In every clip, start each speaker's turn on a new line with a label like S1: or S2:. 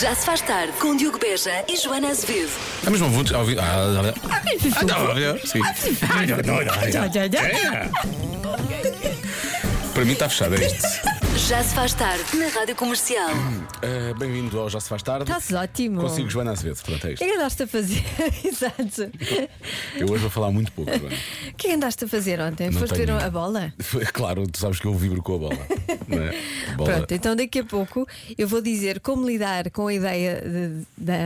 S1: Já se faz tarde com Diogo Beja e Joana Azevedo.
S2: Estamos não juntos ao vivo. Ah, ah, ah. Ah, não, ah, sim. Não, não, não, não. É. Para mim está fechado, é isto.
S1: Já se faz tarde na Rádio Comercial.
S2: Ah, Bem-vindo ao Já Se Faz Tarde.
S3: Estás ótimo.
S2: Consigo, Joana Azevedo. Pronto, é
S3: O
S2: isto.
S3: que é que andaste a fazer? Exato.
S2: Eu hoje vou falar muito pouco, Joana.
S3: O que é que andaste a fazer ontem?
S2: Não
S3: Foste ver
S2: tenho-
S3: a bola?
S2: Foi- Claro, tu sabes que eu vibro com a bola. não é? A bola.
S3: Pronto, então daqui a pouco eu vou dizer como lidar com a ideia de- da,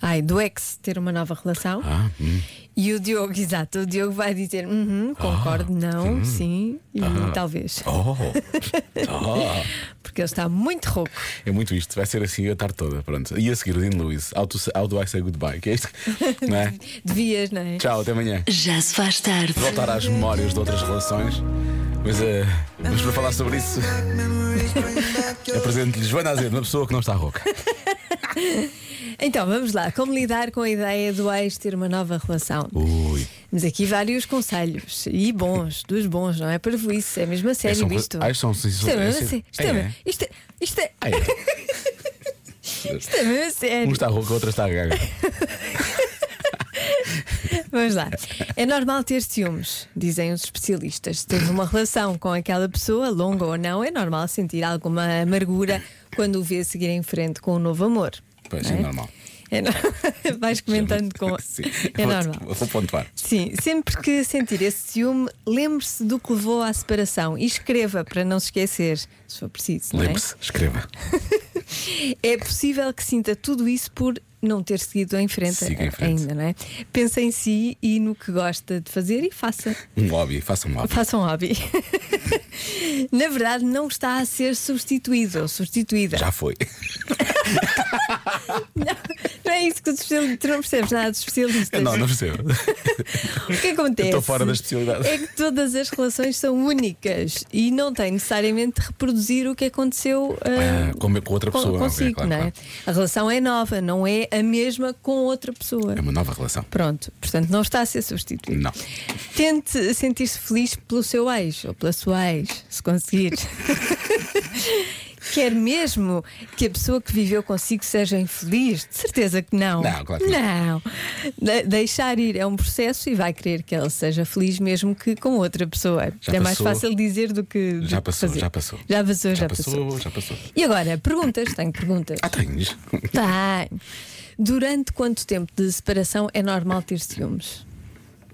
S3: ai, do ex ter uma nova relação.
S2: Ah, hum. Ah,
S3: E o Diogo, exato, o Diogo vai dizer "Uhum, concordo, não,
S2: hum.
S3: sim, e talvez.
S2: Oh. Oh.
S3: Porque ele está muito rouco.
S2: É muito isto, vai ser assim a tarde toda. Pronto. E a seguir, o Dean Lewis, how, to say- how do I say goodbye? Que é isto? Não é?
S3: Devias, não é?
S2: Tchau, até amanhã.
S1: Já se faz tarde.
S2: Voltar às memórias de outras relações. Mas, eh, mas para falar sobre isso, apresento-lhe Joana Azevedo, uma pessoa que não está rouca.
S3: Então vamos lá, como lidar com a ideia do ex ter uma nova relação?
S2: Ui.
S3: Mas aqui vários conselhos e bons, dos bons, não é? Para isso, é mesmo a sério
S2: são coi-
S3: isto.
S2: Ah, são- são-
S3: isto é
S2: é
S3: mesmo
S2: sério.
S3: assim. Isto
S2: Ah,
S3: é
S2: é?
S3: mesmo- isto é- isto é-
S2: Ah, é.
S3: isto é mesmo a sério.
S2: Um está rouco, a outra está gaga.
S3: Vamos lá. É normal ter ciúmes, dizem os especialistas. Se tens uma relação com aquela pessoa, longa ou não, é normal sentir alguma amargura quando o vê seguir em frente com um novo amor.
S2: Pois,
S3: não
S2: é normal.
S3: É no- Vais comentando com.
S2: Sim.
S3: É
S2: Vou-
S3: normal.
S2: Vou pontuar.
S3: Sim, sempre que sentir esse ciúme, lembre-se do que levou à separação e escreva para não se esquecer, se for preciso. Não é?
S2: Lembre-se, escreva.
S3: é possível que sinta tudo isso por não ter seguido em frente,
S2: Siga em frente.
S3: ainda, não é? Pensa em si e no que gosta de fazer e faça.
S2: Um lobby, faça um lobby.
S3: Faça um hobby. Na verdade, não está a ser substituído ou substituída.
S2: Já foi.
S3: Não, não é isso que os especialistas. Tu não percebes nada dos especialistas.
S2: Não, não percebo.
S3: O que acontece?
S2: Estou fora da especialidade.
S3: É que todas as relações são únicas e não tem necessariamente de reproduzir o que aconteceu ah,
S2: Ah, com, com outra
S3: con-
S2: pessoa. ok,
S3: consigo,
S2: claro,
S3: não é?
S2: claro.
S3: A relação é nova, não é a mesma com outra pessoa.
S2: É uma nova relação.
S3: Pronto, portanto, não está a ser substituído.
S2: Não.
S3: Tente sentir-se feliz pelo seu ex ou pela sua ex, se conseguir. Quer mesmo que a pessoa que viveu consigo seja infeliz? De certeza que não.
S2: Não, claro que
S3: não. De- deixar ir é um processo e vai querer que ela seja feliz mesmo que com outra pessoa.
S2: Já
S3: é mais
S2: passou.
S3: fácil dizer do que. do
S2: Já
S3: que
S2: passou,
S3: fazer.
S2: já passou.
S3: Já passou, já,
S2: Já passou, já passou.
S3: E agora, perguntas? Tenho perguntas.
S2: Ah, tens.
S3: Tem. Durante quanto tempo de separação é normal ter ciúmes?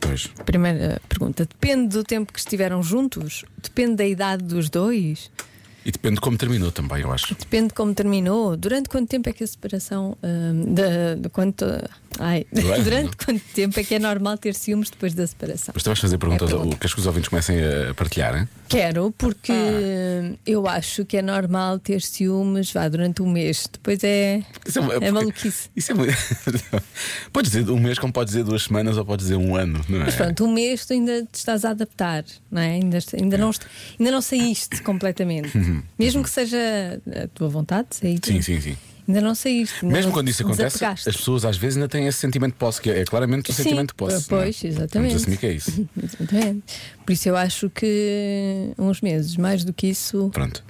S2: Pois.
S3: Primeira pergunta. Depende do tempo que estiveram juntos? Depende da idade dos dois?
S2: E depende de como terminou também, eu acho.
S3: Depende de como terminou? Durante quanto tempo é que a separação. hum, da- de quanto, ai,
S2: Durante,
S3: durante quanto tempo é que é normal ter ciúmes depois da separação?
S2: Mas tu vais fazer perguntas
S3: É pergunta.
S2: o que acho que os ouvintes comecem a partilhar, hein?
S3: Quero, porque hum, eu acho que é normal ter ciúmes vá, durante um mês. Depois é.
S2: Isso uma-
S3: É maluquice.
S2: Isso é muito. podes dizer um mês, como pode dizer duas semanas ou pode dizer um ano, não é?
S3: Mas pronto, um mês tu ainda te estás a adaptar, não é? Ainda, ainda, não, est- ainda não saíste completamente. Mesmo que seja a tua vontade, sair.
S2: Uhum. Sim, sim, sim.
S3: Ainda não saíste. ainda
S2: Mesmo
S3: não
S2: quando isso acontece,
S3: desapegaste.
S2: as pessoas às vezes ainda têm esse sentimento de posse, que é, é claramente o
S3: Sim,
S2: sentimento de posse. não é?
S3: pois, exatamente.
S2: Vamos assumir que é isso.
S3: Exatamente. Por isso eu acho que uns meses, mais do que isso.
S2: Pronto.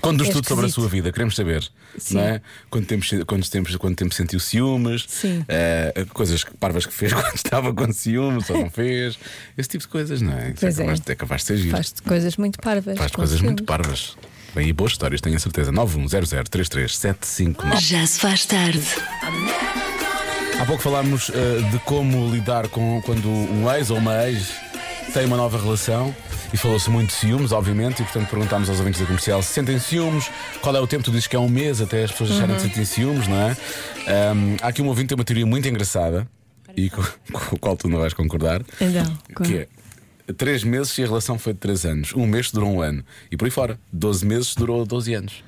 S2: Conte-nos
S3: É
S2: tudo sobre a sua
S3: esquisito.
S2: vida, queremos saber.
S3: Sim.
S2: Não é? Quanto tempo, quantos tempos, quanto tempo sentiu ciúmes,
S3: Sim.
S2: eh, coisas que- parvas que fez quando estava com ciúmes ou não fez, esse tipo de coisas, não é? Isso
S3: Pois
S2: é,
S3: é.
S2: capaz, de- é capaz de ser giro.
S3: Faz coisas muito parvas.
S2: Faz
S3: com
S2: coisas muito
S3: ciúmes.
S2: parvas. Vem aí boas histórias, tenho a certeza. 910033759.
S1: Já se faz tarde.
S2: Há pouco falámos eh, de como lidar com quando um ex ou uma ex tem uma nova relação e falou-se muito de ciúmes, obviamente, e portanto perguntámos aos ouvintes da comercial se sentem ciúmes, qual é o tempo, tu dizes que é um mês até as pessoas acharem de sentir ciúmes, não é? Ahm, há aqui um ouvinte que tem uma teoria muito engraçada e com, com a qual tu não vais concordar.
S3: Então, qual?
S2: que é três meses se a relação foi de três anos, um mês durou um ano e por aí fora, 12 meses durou 12 anos.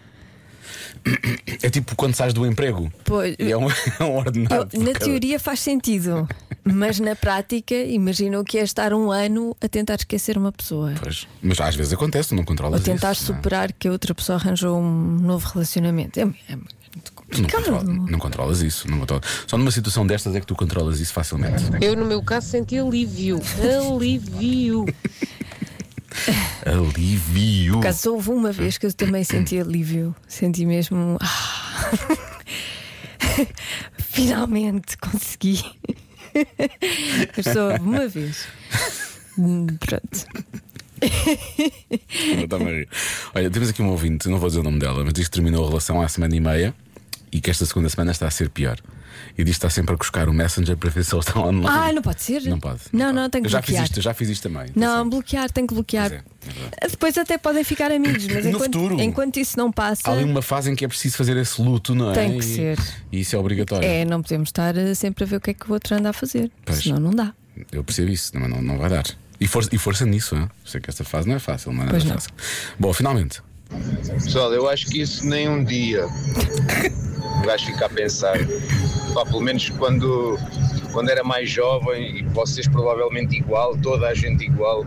S2: É tipo quando sais do emprego.
S3: Pois,
S2: E é um, é um
S3: eu-
S2: ordenado.
S3: na
S2: Cada-
S3: teoria faz sentido, mas na prática, imagina o que é estar um ano a tentar esquecer uma pessoa.
S2: Pois, mas às vezes acontece, tu não controlas
S3: Ou tentar
S2: isso, não é?
S3: superar que a outra pessoa arranjou um novo relacionamento. É, é muito
S2: Tu Não,
S3: complicado.
S2: controla- não controlas isso. Não controla. Só numa situação destas é que tu controlas isso facilmente.
S4: Eu, no meu caso, senti alívio. Alívio.
S2: Alívio. Hum.
S3: Por acaso houve uma vez que eu também senti alívio. Senti mesmo. ah. Finalmente consegui. Eu sou uma vez. Hum, Pronto.
S2: Eu estava a rir. Olha, temos aqui um ouvinte, não vou dizer o nome dela, mas diz que terminou a relação há semana e meia e que esta segunda semana está a ser pior. E diz que está sempre a buscar o Messenger para ver se eles estão online.
S3: Ah, não pode ser?
S2: Não pode.
S3: Não, não,
S2: pode.
S3: tem que
S2: Eu já
S3: bloquear.
S2: fiz isto, eu já fiz isto também.
S3: Não,
S2: Atenção.
S3: bloquear, tem que bloquear.
S2: Pois é, é
S3: Depois até podem ficar amigos, mas
S2: No
S3: enquanto,
S2: futuro.
S3: enquanto isso não passa,
S2: Há ali uma fase em que é preciso fazer esse luto, não é?
S3: Tem que
S2: E-
S3: ser.
S2: E isso é obrigatório.
S3: é, não podemos estar eh, sempre a ver o que é que o outro anda a fazer.
S2: Pois.
S3: Senão não dá.
S2: Eu percebo isso, não, não, não vai dar. E força, e força nisso, hein? sei que esta fase não é fácil, não é nada
S3: Pois não.
S2: fácil. Bom, finalmente.
S5: Pessoal, eu acho que isso nem um dia o gajo fica a pensar. Pá, pelo menos quando, quando era mais jovem, e vocês provavelmente igual, toda a gente igual,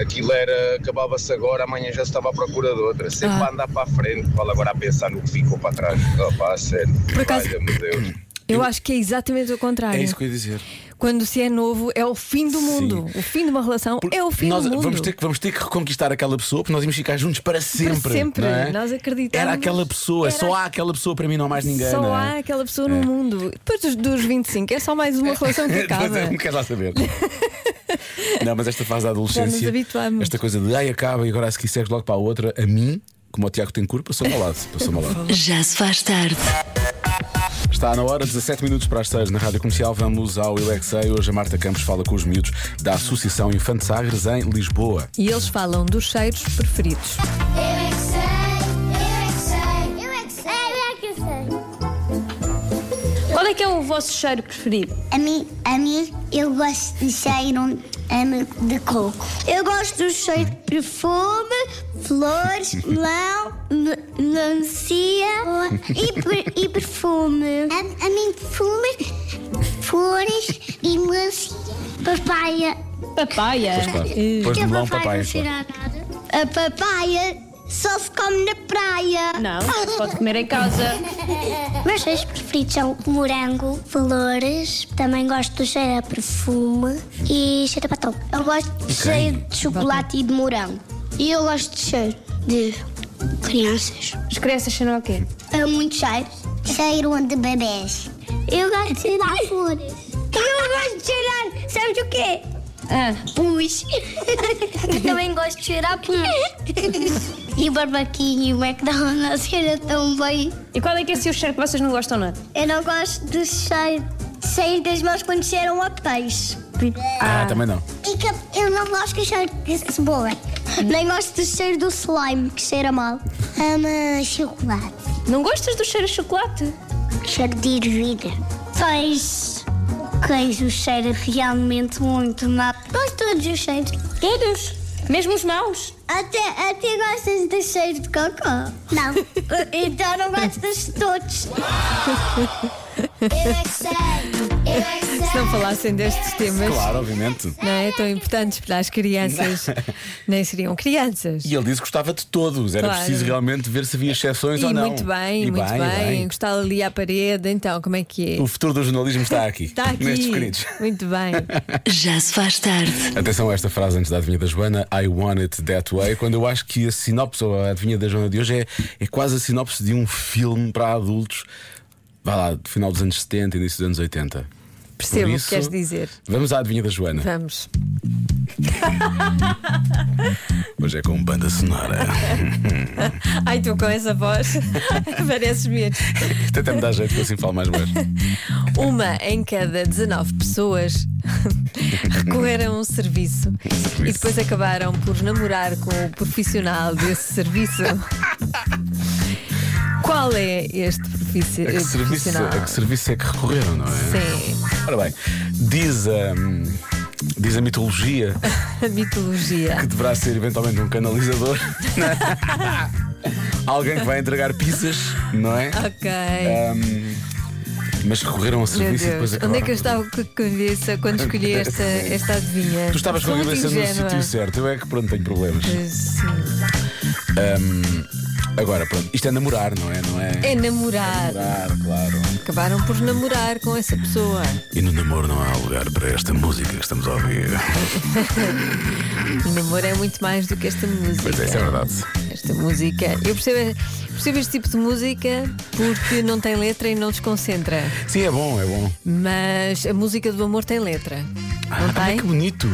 S5: aquilo era, acabava-se agora, amanhã já se estava à procura de outra. Sempre
S3: Ah.
S5: a andar para a frente, vale agora a pensar no que ficou para trás. Oh, pá, a sério.
S3: Por acaso-
S5: Valha-me Deus.
S3: Eu, acho que é exatamente o contrário.
S2: eu ia dizer.
S3: Quando se é novo, é o fim do mundo. O fim de uma relação é o fim
S2: nós
S3: do mundo.
S2: Vamos ter, que, vamos ter que reconquistar aquela pessoa, porque nós íamos ficar juntos para sempre.
S3: sempre.
S2: não é?
S3: Nós acreditamos-
S2: Era aquela pessoa,
S3: Era-
S2: só há aquela pessoa para mim, não há mais ninguém.
S3: Só
S2: não
S3: há
S2: é?
S3: aquela pessoa no mundo. Depois dos, dos 25, é só mais uma relação que
S2: Pois é,
S3: acaba.
S2: Não quero lá saber. não, mas esta fase da
S3: Já nos
S2: adolescência,
S3: habituámos.
S2: esta coisa de ai acaba e agora a seguir segues logo para a outra, a mim, como o Tiago tem curva, passou-me ao lado. Passou-me ao lado.
S1: Já se faz tarde.
S2: Está na hora, 17 minutos para as 6 na Rádio Comercial. Vamos ao Ilexei. Hoje a Marta Campos fala com os miúdos da Associação Infante Sagres em Lisboa.
S3: E eles falam dos cheiros preferidos.
S6: Eu é que sei, eu é que sei, eu é que sei, eu é que sei.
S7: Qual é que é o vosso cheiro preferido?
S6: A mim, a mim, eu gosto de cheiro hum, de coco. Eu gosto do cheiro de perfume, flores, melão, me- melancia e, per- e perfume. A, a mim, perfume, flores e melancia, papaya.
S7: Papaya.
S2: Pois claro, depois de
S6: a
S2: melão,
S6: papaya
S2: papai.
S6: não cheira a nada. A papaya só se come na praia.
S7: Não, pode comer em casa.
S6: Meus cheiros preferidos são morango, flores, também gosto do cheiro a perfume e cheiro a batom. Eu gosto de cheiro de chocolate e de morango. E eu gosto de cheiro de crianças.
S7: As crianças cheiram o quê?
S6: É muito cheiro. Cheiro de bebês. Eu gosto de cheirar flores. Eu gosto de cheirar, sabes o quê?
S7: Ah,
S6: Pus. Eu também gosto de cheirar pus. e barbaquinho e o McDonald's cheira tão bem.
S7: e qual é que é assim, o cheiro que vocês não gostam nada?
S6: Eu não gosto do cheiro de sair das mãos quando cheiram a peixe.
S2: Ah, também não.
S6: E que eu não gosto do cheiro de cebola. Nem gosto do cheiro do slime, que cheira mal. Ama chocolate.
S7: Não gostas do cheiro a chocolate?
S6: Cheiro de ervilha. Pois, o queijo cheira realmente muito mal. Gosto de todos os cheiros.
S7: Todos. Mesmo os maus?
S6: Até, até gostas do cheiro de cocó? Não. então não gostas de todos. Eu é que sei, eu é que sei.
S3: Se não falassem destes temas,
S2: Claro, obviamente.
S3: não é? Tão importantes para as crianças. Nem seriam crianças.
S2: E ele disse que gostava de todos. Era
S3: Claro.
S2: preciso realmente ver se havia exceções
S3: E
S2: ou não.
S3: muito bem,
S2: E
S3: muito bem.
S2: e
S3: Encostar ali à parede, então, como é que é?
S2: O futuro do jornalismo está aqui.
S3: Está aqui.
S2: Nestes queridos.
S3: Muito bem.
S1: Já se faz tarde.
S2: Atenção a esta frase antes da adivinha da Joana: I want it that way. Quando eu acho que a sinopse ou a adivinha da Joana de hoje é, é quase a sinopse de um filme para adultos, vá lá, do final dos anos 70, início dos anos 80. Por
S3: Percebo o que
S2: isso,
S3: queres dizer.
S2: Vamos à adivinha da Joana.
S3: Vamos.
S2: Hoje é com banda sonora.
S3: Ai, tu com essa voz pareces mesmo.
S2: Isto até me dá jeito que eu assim falo mais baixo.
S3: Uma em cada 19 pessoas recorreram a um serviço e depois acabaram por namorar com o profissional desse serviço. Qual é este profici-
S2: A É que, serviço,
S3: profissional?
S2: a que serviço é que recorreram, não é?
S3: Sim,
S2: Ora bem, diz a, diz a mitologia
S3: a mitologia.
S2: que deverá ser eventualmente um canalizador. é? Alguém que vai entregar pizzas, não é?
S3: Ok.
S2: Ahm, mas recorreram ao
S3: Meu
S2: serviço e
S3: Deus,
S2: depois
S3: onde é que eu
S2: acabaram.
S3: estava com a cabeça quando escolhi esta, esta adivinha?
S2: Tu estavas com
S3: Sou
S2: a
S3: muito
S2: cabeça no
S3: ingênua.
S2: sítio certo, eu é que pronto, tenho problemas.
S3: Sim.
S2: Ahm, agora, pronto, isto é namorar, não é? Não é?
S3: É namorar.
S2: Namorar, claro.
S3: acabaram por namorar com essa pessoa.
S2: E no namoro não há lugar para esta música que estamos a ouvir.
S3: O namoro é muito mais do que esta música.
S2: Pois é, isso é verdade.
S3: Esta música. Eu percebo, percebo este tipo de música porque não tem letra e não desconcentra.
S2: Sim, é bom, é bom.
S3: Mas a música do amor tem letra. Não
S2: Ah, olha
S3: tem?
S2: que bonito.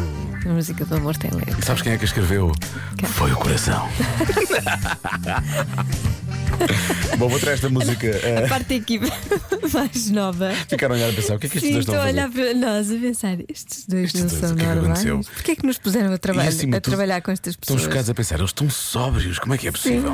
S3: A música do amor tem letra.
S2: E sabes quem é que a escreveu? Foi o coração. bom, vou trazer esta música. eh,
S3: A parte da equipa mais nova.
S2: Ficaram a olhar a pensar, o que é que estes
S3: Sim,
S2: dois estão
S3: estou
S2: a
S3: a
S2: fazer?
S3: olhar para nós a pensar, estes dois
S2: Estes
S3: não
S2: dois,
S3: são
S2: o que é que aconteceu?
S3: normais. Porquê é que nos puseram a, traba-
S2: E, acima de
S3: a
S2: tudo,
S3: trabalhar com estas
S2: Estão
S3: pessoas?
S2: chocados a pensar, eles estão sóbrios, como é que é possível?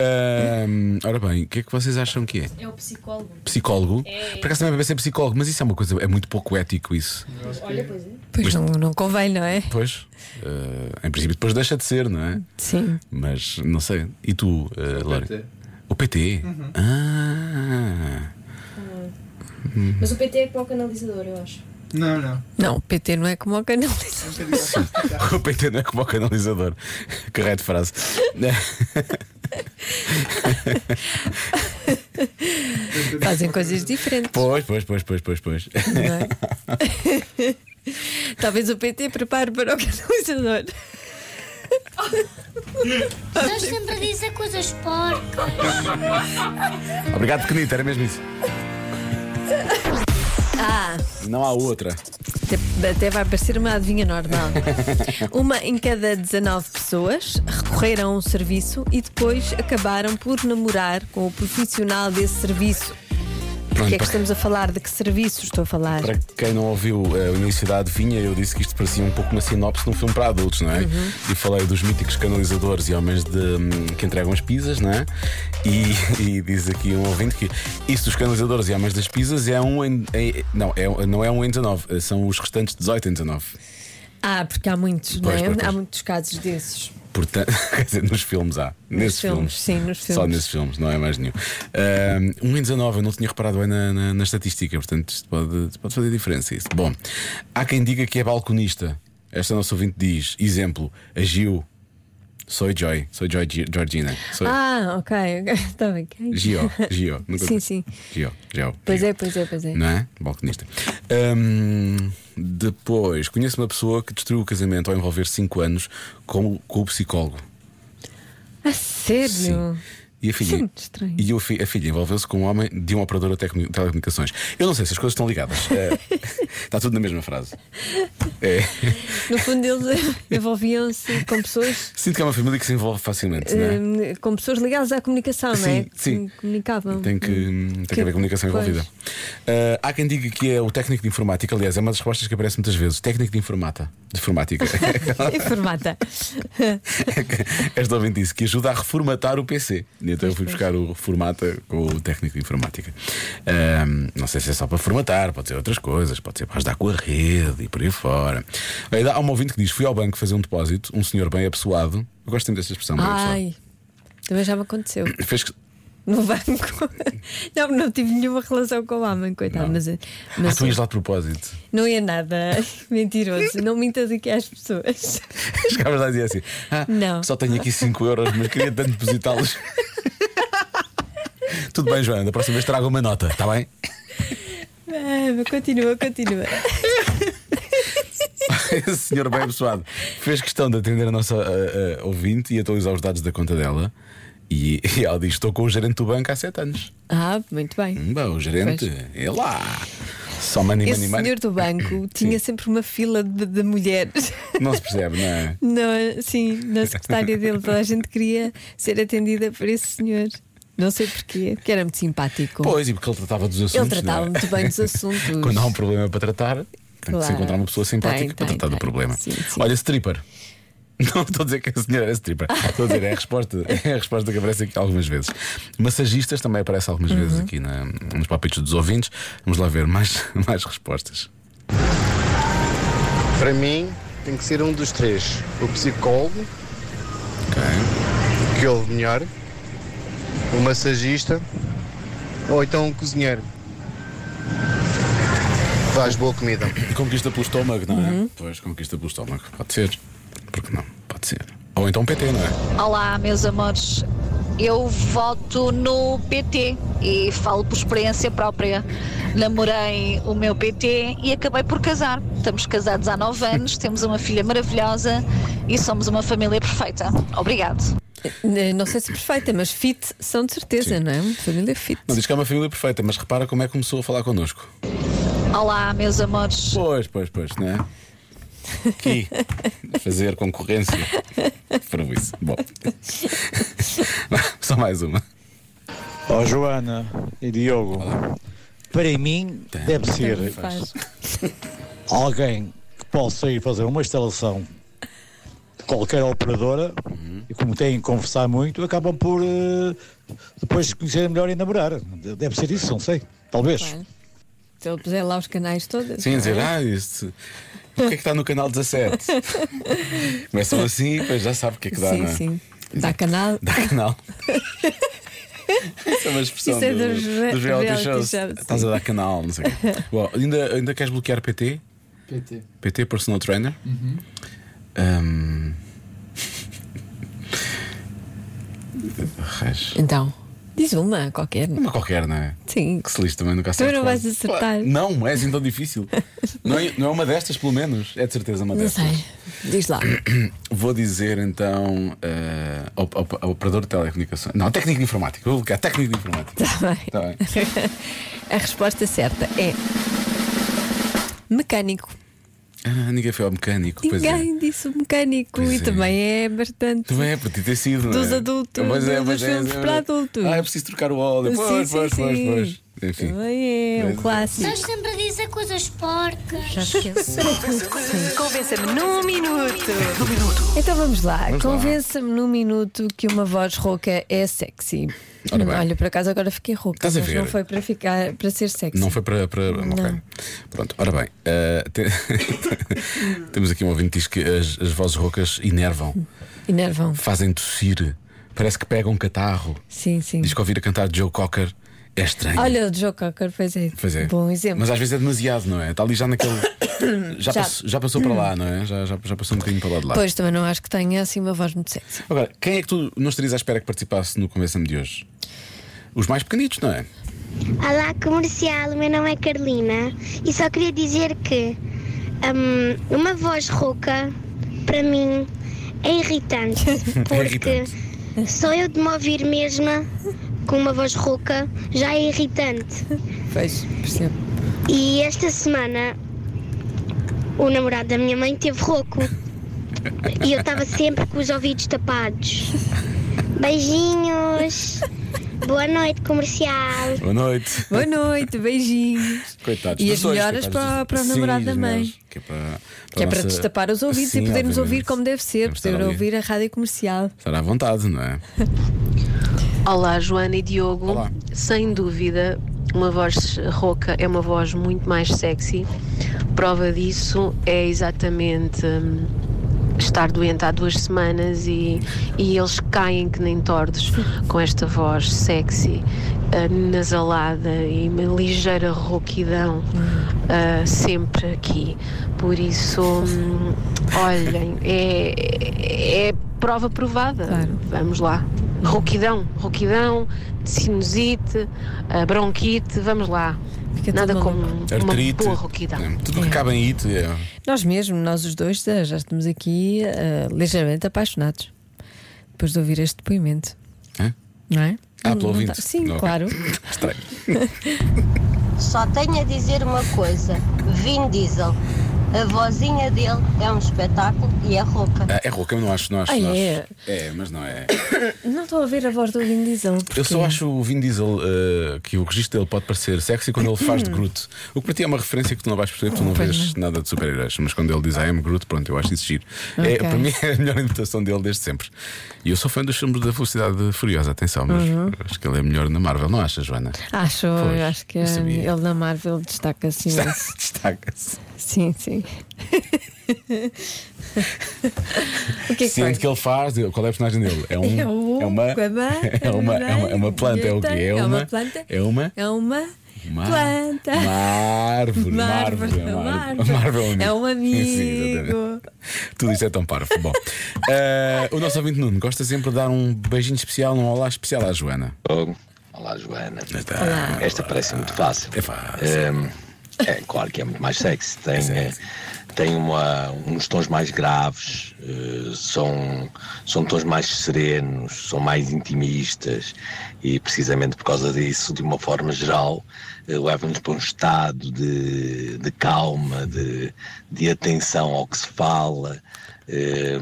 S2: Ahm, ora bem, o que é que vocês acham que é?
S7: É o psicólogo.
S2: Psicólogo? Por acaso também vai ser psicólogo, mas isso é uma coisa, é muito pouco ético isso.
S7: é.
S3: Pois não, não convém, não é?
S2: Pois, ah, em princípio depois deixa de ser, não é?
S3: Sim.
S2: Mas não sei. E tu, ah, Lória? O PT? Ah.
S7: Mas o PT é para o canalizador, eu acho.
S8: Não, não.
S3: Não, o PT não é como o canal.
S2: O PT não é como o canalizador. Que raio de frase.
S3: Fazem coisas diferentes.
S2: Pois, pois, pois, pois, pois, pois.
S3: não é? Talvez o PT prepare para o canalizador.
S6: Nós sempre dizer coisas porcas.
S2: Obrigado, pequenito, era mesmo isso. Não há outra.
S3: Até, até vai parecer uma adivinha normal. Uma em cada 19 pessoas recorreram a um serviço e depois acabaram por namorar com o profissional desse serviço. O que é que
S2: para-
S3: estamos a falar? De que serviço estou a falar?
S2: Para quem não ouviu eh, a Universidade Vinha, eu disse que isto parecia um pouco uma sinopse de um filme para adultos, não é? E falei dos míticos canalizadores e homens de, hum, que entregam as pizzas, não é? E, e diz aqui um ouvinte que isso dos canalizadores e homens das pizzas é um em, em- não, é, não é um em 19, são os restantes 18 em 19.
S3: Ah, porque há muitos,
S2: Pois,
S3: não é?
S2: pois, pois.
S3: Há muitos casos desses.
S2: Portanto, quer dizer, nos filmes há. nesses
S3: filmes,
S2: filmes,
S3: sim, nos
S2: Só
S3: filmes.
S2: nesses filmes, não é mais nenhum. Um, um em 19, eu não tinha reparado bem na, na- na estatística, portanto, isto pode, isto pode fazer diferença. Isso. Bom, há quem diga que é balconista. Esta nossa ouvinte diz: exemplo, agiu. Sou Joy, sou Joy Gi- Georgina. Sou
S3: Ah, ok, está bem. é
S2: Gio, Gio. Nunca
S3: Sim, sim.
S2: Gio, Gio.
S3: Pois
S2: Gio.
S3: é, pois é, pois é.
S2: Não é? Balconista. Hum, depois, conheço uma pessoa que destruiu o casamento ao envolver 5 anos com, com o psicólogo.
S3: A sério?
S2: Sim. E a
S3: Isso é
S2: filha,
S3: muito estranho.
S2: e eu fi- a filha envolveu-se com um homem de uma operadora de telecomu- telecomunicações. Eu não sei se as coisas estão ligadas. Eh, Está tudo na mesma frase. É.
S3: No fundo, eles envolviam-se com pessoas.
S2: Sinto que é uma família que se envolve facilmente, não é?
S3: eh, Com pessoas ligadas à comunicação, não é?
S2: Sim, sim.
S3: Que comunicavam.
S2: Tem que, tem que haver comunicação
S3: Pois.
S2: envolvida. Eh, há quem diga que é o técnico de informática, aliás, é uma das respostas que aparece muitas vezes. Técnico de informata, de informática.
S3: Informata.
S2: Esta ouvinte disse que ajuda a reformatar o PC. E então eu fui buscar o formata com o técnico de informática. Ahm, não sei se é só para formatar, pode ser outras coisas, pode ser para ajudar com a rede e por aí fora. Olha, Há uma ouvinte que diz: fui ao banco fazer um depósito, um senhor bem apessoado. Eu gosto muito desta expressão, bem apessoado.
S3: Ai, também já me aconteceu.
S2: Fez que.
S3: No banco. Não, não tive nenhuma relação com o homem, coitado. Mas, eh,
S2: Ah,
S3: mas é.
S2: tu ias lá de propósito.
S3: não é nada mentiroso. Não mintas aqui às pessoas.
S2: Chegavas lá e dizia assim: ah,
S3: Não.
S2: só tenho aqui 5 euros, mas queria tanto depositá-los. Tudo bem, Joana, da próxima vez trago uma nota, está bem?
S3: Ah, continua, continua.
S2: Esse senhor bem abençoado fez questão de atender a nossa a- a ouvinte e atualizar os dados da conta dela. E, e ela diz: Estou com o gerente do banco há 7 anos.
S3: Ah, muito bem.
S2: Hum, Bom, o gerente, é lá. Só money,
S3: Esse
S2: money, money.
S3: senhor do banco tinha sempre uma fila de, de mulheres.
S2: Não se percebe, não é?
S3: Não, sim, na secretária dele, toda a gente queria ser atendida por esse senhor. Não sei porquê, porque era muito simpático.
S2: Pois, e porque ele tratava dos assuntos.
S3: Ele tratava
S2: não é?
S3: muito bem dos assuntos.
S2: Quando há um problema para tratar, tem que se
S3: Claro.
S2: encontrar uma pessoa simpática
S3: Tem,
S2: para
S3: tem,
S2: tratar do
S3: tem.
S2: problema.
S3: Sim, sim.
S2: Olha, stripper. Não estou a dizer que a senhora era stripper. Estou a dizer, é a resposta, é a resposta que aparece aqui algumas vezes. Massagistas também aparece algumas vezes
S3: Uhum.
S2: aqui na- nos papitos dos ouvintes. Vamos lá ver mais, mais respostas.
S9: Para mim, tem que ser um dos três: o psicólogo, que ouve melhor, o massagista ou então um cozinheiro. Faz boa comida.
S2: E conquista pelo estômago, não é?
S3: Uhum.
S2: Pois, conquista pelo estômago. Pode ser. Porque um não? Pode ser. Ou então PT, não é?
S10: Olá, meus amores.
S8: Eu voto no PT e falo por experiência própria. Namorei o meu PT e acabei por casar. Estamos casados há nove anos, temos uma filha maravilhosa e somos uma família perfeita. Obrigado.
S3: Eh, Não sei se perfeita, mas fit são de certeza, não é? Uma família fit.
S2: Não diz que é uma família perfeita, mas repara como é que começou a falar connosco.
S8: Olá, meus amores.
S2: Pois, pois, pois, não é? Que fazer concorrência para isso. Bom, só mais uma.
S9: Ó Joana e Diogo, para mim deve ser
S3: Faz.
S9: alguém que possa ir fazer uma instalação de qualquer operadora e como têm que conversar muito, acabam por eh, depois se conhecerem melhor e namorar. De- Deve ser isso, não sei. Talvez.
S3: Se ele puser lá os canais todos.
S2: Sim, dizer, ah, isto. O que é que está no canal 17? Começam assim, depois já sabe o que é que dá,
S3: sim,
S2: não é?
S3: sim. Dá canal.
S2: Dá canal. Isso é uma expressão
S3: Isso é
S2: do-
S3: dos re-
S2: dos reality,
S3: reality
S2: shows.
S3: shows, sim.
S2: Estás a dar canal, não sei o quê. Bom, ainda, ainda queres bloquear PT?
S10: PT.
S2: PT, personal trainer? Ahm. Raios.
S3: Então, diz uma qualquer.
S2: Uma qualquer, não é?
S3: Sim.
S2: Que se lixe também nunca
S3: Tu
S2: acertas.
S3: não vais
S2: quase.
S3: acertar.
S2: Não, é assim tão difícil. não, é, não é uma destas, pelo menos. É de certeza uma
S3: Não
S2: destas.
S3: sei. Diz lá.
S2: Vou dizer então eh, ao- ao- ao operador de telecomunicações. Não, técnico de informática. Vou colocar técnico de informática.
S3: Está Tá bem.
S2: Está bem.
S3: A resposta certa é mecânico.
S2: Ah, ninguém foi ao mecânico. Pois é.
S3: Ninguém disse o mecânico
S2: Pois
S3: e
S2: é.
S3: também é bastante.
S2: Também é para ti ter sido. não
S3: Dos
S2: é?
S3: adultos,
S2: Pois é,
S3: dos
S2: pois é,
S3: filmes
S2: pois é.
S3: para adultos.
S2: Ah, é preciso trocar o óleo. Pois,
S3: sim,
S2: pois,
S3: sim,
S2: pois,
S3: sim.
S2: pois. Enfim.
S3: Também é um
S2: Mas-
S3: clássico.
S6: sempre a dizer coisas porcas.
S1: Convença-me num minuto.
S3: Então vamos lá. Convença-me num minuto que uma voz rouca é sexy.
S2: Ora bem.
S3: Olha, por acaso agora fiquei rouca.
S2: Estás a
S3: mas
S2: ver?
S3: Não foi para ficar para ser sexy.
S2: Não foi para. para... ok. Pronto, ora bem. eh, te- Temos aqui um ouvinte que diz que as, as vozes roucas inervam,
S3: Enervam.
S2: fazem tossir, parece que pegam um catarro.
S3: Sim, sim.
S2: Diz que ouvir a cantar Joe Cocker é estranho.
S3: Olha, o Joe Cocker, pois é.
S2: Pois é.
S3: Bom exemplo.
S2: Mas às vezes é demasiado, não é? Está ali já naquele. Já,
S3: Já.
S2: Passou, já passou para lá, não é? Já, já, já passou um bocadinho para lá de lá.
S3: Pois também não acho que tenha assim uma voz muito sexy.
S2: Agora, quem é que tu não estarias à espera que participasse no Convença-me de hoje? Os mais pequenitos, não é?
S6: Olá, comercial. O meu nome é Carolina e só queria dizer que hum, uma voz rouca, para mim, é irritante. Porque
S2: É irritante.
S6: só eu de me ouvir mesma com uma voz rouca já é irritante.
S3: Pois, percebo.
S6: E esta semana o namorado da minha mãe teve rouco e eu estava sempre com os ouvidos tapados. Beijinhos. Boa noite, comercial.
S2: Boa noite.
S3: Boa noite, beijinhos.
S2: Coitados.
S3: E
S2: dos
S3: as
S2: dois,
S3: melhoras
S2: coitados
S3: para,
S2: dos-
S3: para o
S2: Sim,
S3: namorado
S2: as
S3: da mãe.
S2: melhoras, Que é para,
S3: Que é para
S2: nossa-
S3: destapar os ouvidos
S2: Sim,
S3: e podermos
S2: obviamente. É
S3: ouvir como deve ser,
S2: Devemos estar
S3: poder
S2: ali.
S3: ouvir a rádio comercial.
S2: Estar à vontade, não é?
S11: Olá, Joana e Diogo.
S2: Olá.
S11: Sem dúvida, uma voz rouca é uma voz muito mais sexy. Prova disso é exatamente hum, estar doente há duas semanas e, e eles caem que nem tordos com esta voz sexy, ah, nasalada e uma ligeira rouquidão
S3: Hum.
S11: ah, sempre aqui. Por isso, hum, olhem, é, é prova provada.
S3: Claro.
S11: Vamos lá. Rouquidão, rouquidão, sinusite, ah, bronquite, vamos lá.
S3: Fica tudo
S11: Nada
S3: maluco.
S11: como uma
S2: Artrite.
S11: boa rouquidão.
S3: Então.
S2: É, Tudo o que cabe em it. É.
S3: Nós mesmo, nós os dois, eh, já estamos aqui eh, ligeiramente apaixonados depois de ouvir este depoimento.
S2: Hã?
S3: Não é?
S2: Ah,
S3: Não-
S2: pelo
S3: não
S2: ouvinte.
S3: tá- Sim,
S2: Ok.
S3: claro.
S2: Estranho.
S12: Só tenho a dizer uma coisa: Vin Diesel. A vozinha dele é um espetáculo e é rouca.
S2: Ah, é rouca, eu não acho. Não acho,
S3: Ah,
S2: não acho.
S3: é?
S2: é, mas não é.
S3: Não estou a ouvir a voz do Vin Diesel.
S2: Eu só
S3: porque-
S2: acho o Vin Diesel eh, que o registro dele pode parecer sexy quando ele faz de Groot. O que para ti é uma referência que tu não vais perceber, porque tu não
S3: Hum. Oh, Pois
S2: vês nada de super-heróis. Mas quando ele diz I am Groot, pronto, eu acho isso giro. É,
S3: Ok.
S2: para mim é a melhor interpretação dele desde sempre. E eu sou fã dos filmes da Velocidade Furiosa, atenção, mas
S3: Uhum.
S2: acho que ele é melhor na Marvel, não achas, Joana?
S3: Acho,
S2: Pois,
S3: eu acho que
S2: eu
S3: eh,
S2: sabia.
S3: ele na Marvel destaca-se imenso.
S2: Destaca-se.
S3: Sim, sim. o que é que foi?
S2: Sendo que ele faz, qual é a personagem dele? É um.
S3: É um
S2: uma.
S3: com a mãe,
S2: É uma, é uma, é uma planta, é o quê?
S3: É uma planta.
S2: É uma.
S3: É uma
S2: Uma-
S3: planta.
S2: Uma árvore, uma árvore,
S3: Marvel,
S2: uma árvore.
S3: Marvel.
S2: Uma árvore
S3: É um
S2: Sim,
S3: amigo.
S2: exatamente. Tudo isto é tão parvo. Bom, eh, o nosso ouvinte Nuno gosta sempre de dar um beijinho especial, um olá especial à Joana.
S10: Olá, Joana.
S2: Olá.
S10: Esta parece muito fácil. É é, claro que é muito mais sexy. Tem, eh, tem uma, uns tons mais graves, eh, são, são tons mais serenos, são mais intimistas e, precisamente por causa disso, de uma forma geral, eh, leva-nos para um estado de, de calma, de, de atenção ao que se fala. eh,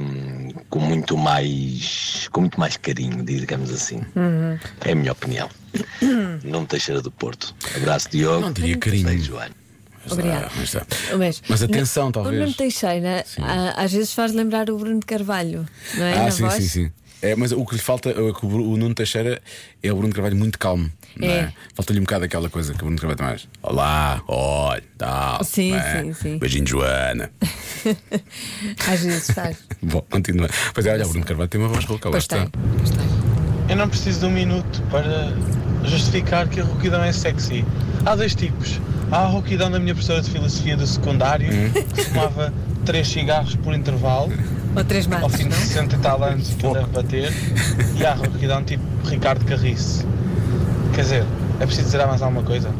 S10: com muito mais com muito mais carinho digamos assim
S13: Uhum.
S10: é a minha opinião. Não Teixeira do Porto. Abraço, Diogo.
S2: Não diria carinho.
S10: Sei, Joana.
S3: Obrigada.
S2: Mas, está.
S3: Mas,
S2: Mas atenção,
S3: o
S2: talvez.
S3: Bruno Teixeira ah, às vezes faz lembrar o Bruno de Carvalho, não é?
S2: ah,
S3: Na
S2: sim,
S3: voz.
S2: sim, sim. É, mas o que lhe falta, é que o Bru- o Nuno Teixeira é o Bruno Carvalho muito calmo. não
S3: É.
S2: é? Falta-lhe um bocado aquela coisa que o Bruno Carvalho tem mais. Olá, olha, tal.
S3: Sim,
S2: não é?
S3: sim, sim.
S2: Beijinho, Joana.
S3: Às vezes faz.
S2: Bom, continua. Pois é, olha, o Bruno Carvalho tem uma voz rouca, lá
S3: Pois
S2: está.
S14: Eu não preciso de um minuto para justificar que a rouquidão é sexy. Há dois tipos. Há a rouquidão da minha professora de filosofia do secundário,
S2: Hum?
S14: que fumava três cigarros por intervalo.
S3: Ou três maços,
S14: Ao fim de 60 e tá tal anos e tudo a bater. E há a rouquidão tipo Ricardo Carriço. Quer dizer, é preciso dizer mais alguma coisa?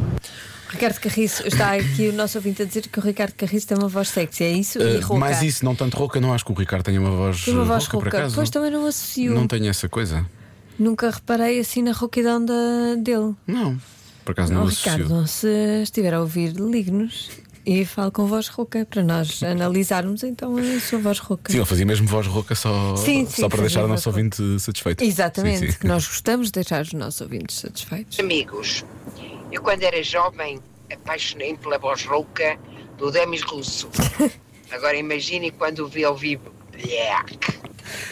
S3: Ricardo Carriço, está aqui o nosso ouvinte a dizer que o Ricardo Carriço tem uma voz sexy, é isso? e
S2: Ah,
S3: rouca.
S2: mais isso, não tanto rouca, não acho que o Ricardo tenha uma voz,
S3: Tem uma voz
S2: rouca, por
S3: rouca.
S2: acaso.
S3: Pois também não associo.
S2: não tenho essa coisa.
S3: Nunca reparei assim na rouquidão da- dele.
S2: Não. Por acaso não,
S3: Não,
S2: associo.
S3: Oh, Ricardo, se estiver a ouvir, ligue-nos e fale com voz rouca para nós analisarmos então a sua voz rouca.
S2: Sim, ele fazia mesmo voz rouca só,
S3: Sim, sim,
S2: só para
S3: fazia
S2: deixar o
S3: voz
S2: nosso
S3: rouca.
S2: ouvinte satisfeito.
S3: Exatamente,
S2: Sim, sim.
S3: que nós gostamos de deixar os nossos ouvintes satisfeitos.
S15: Amigos, eu quando era jovem apaixonei-me pela voz rouca do Demis Russo. Agora imagine quando o vi ao vivo. Yeah.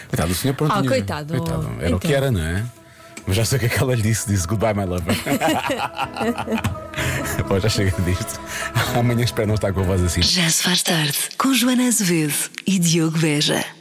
S2: Coitado, o senhor pronto.
S15: Ah,
S2: tinha-
S15: coitado.
S2: Era o que
S15: Então.
S2: era, não é? Mas já sei o que é que ela lhe disse. Disse goodbye, my lover. Bom, já chega disto. Amanhã espero não estar com a voz assim.
S1: Já se faz tarde com Joana Azevedo e Diogo Beja.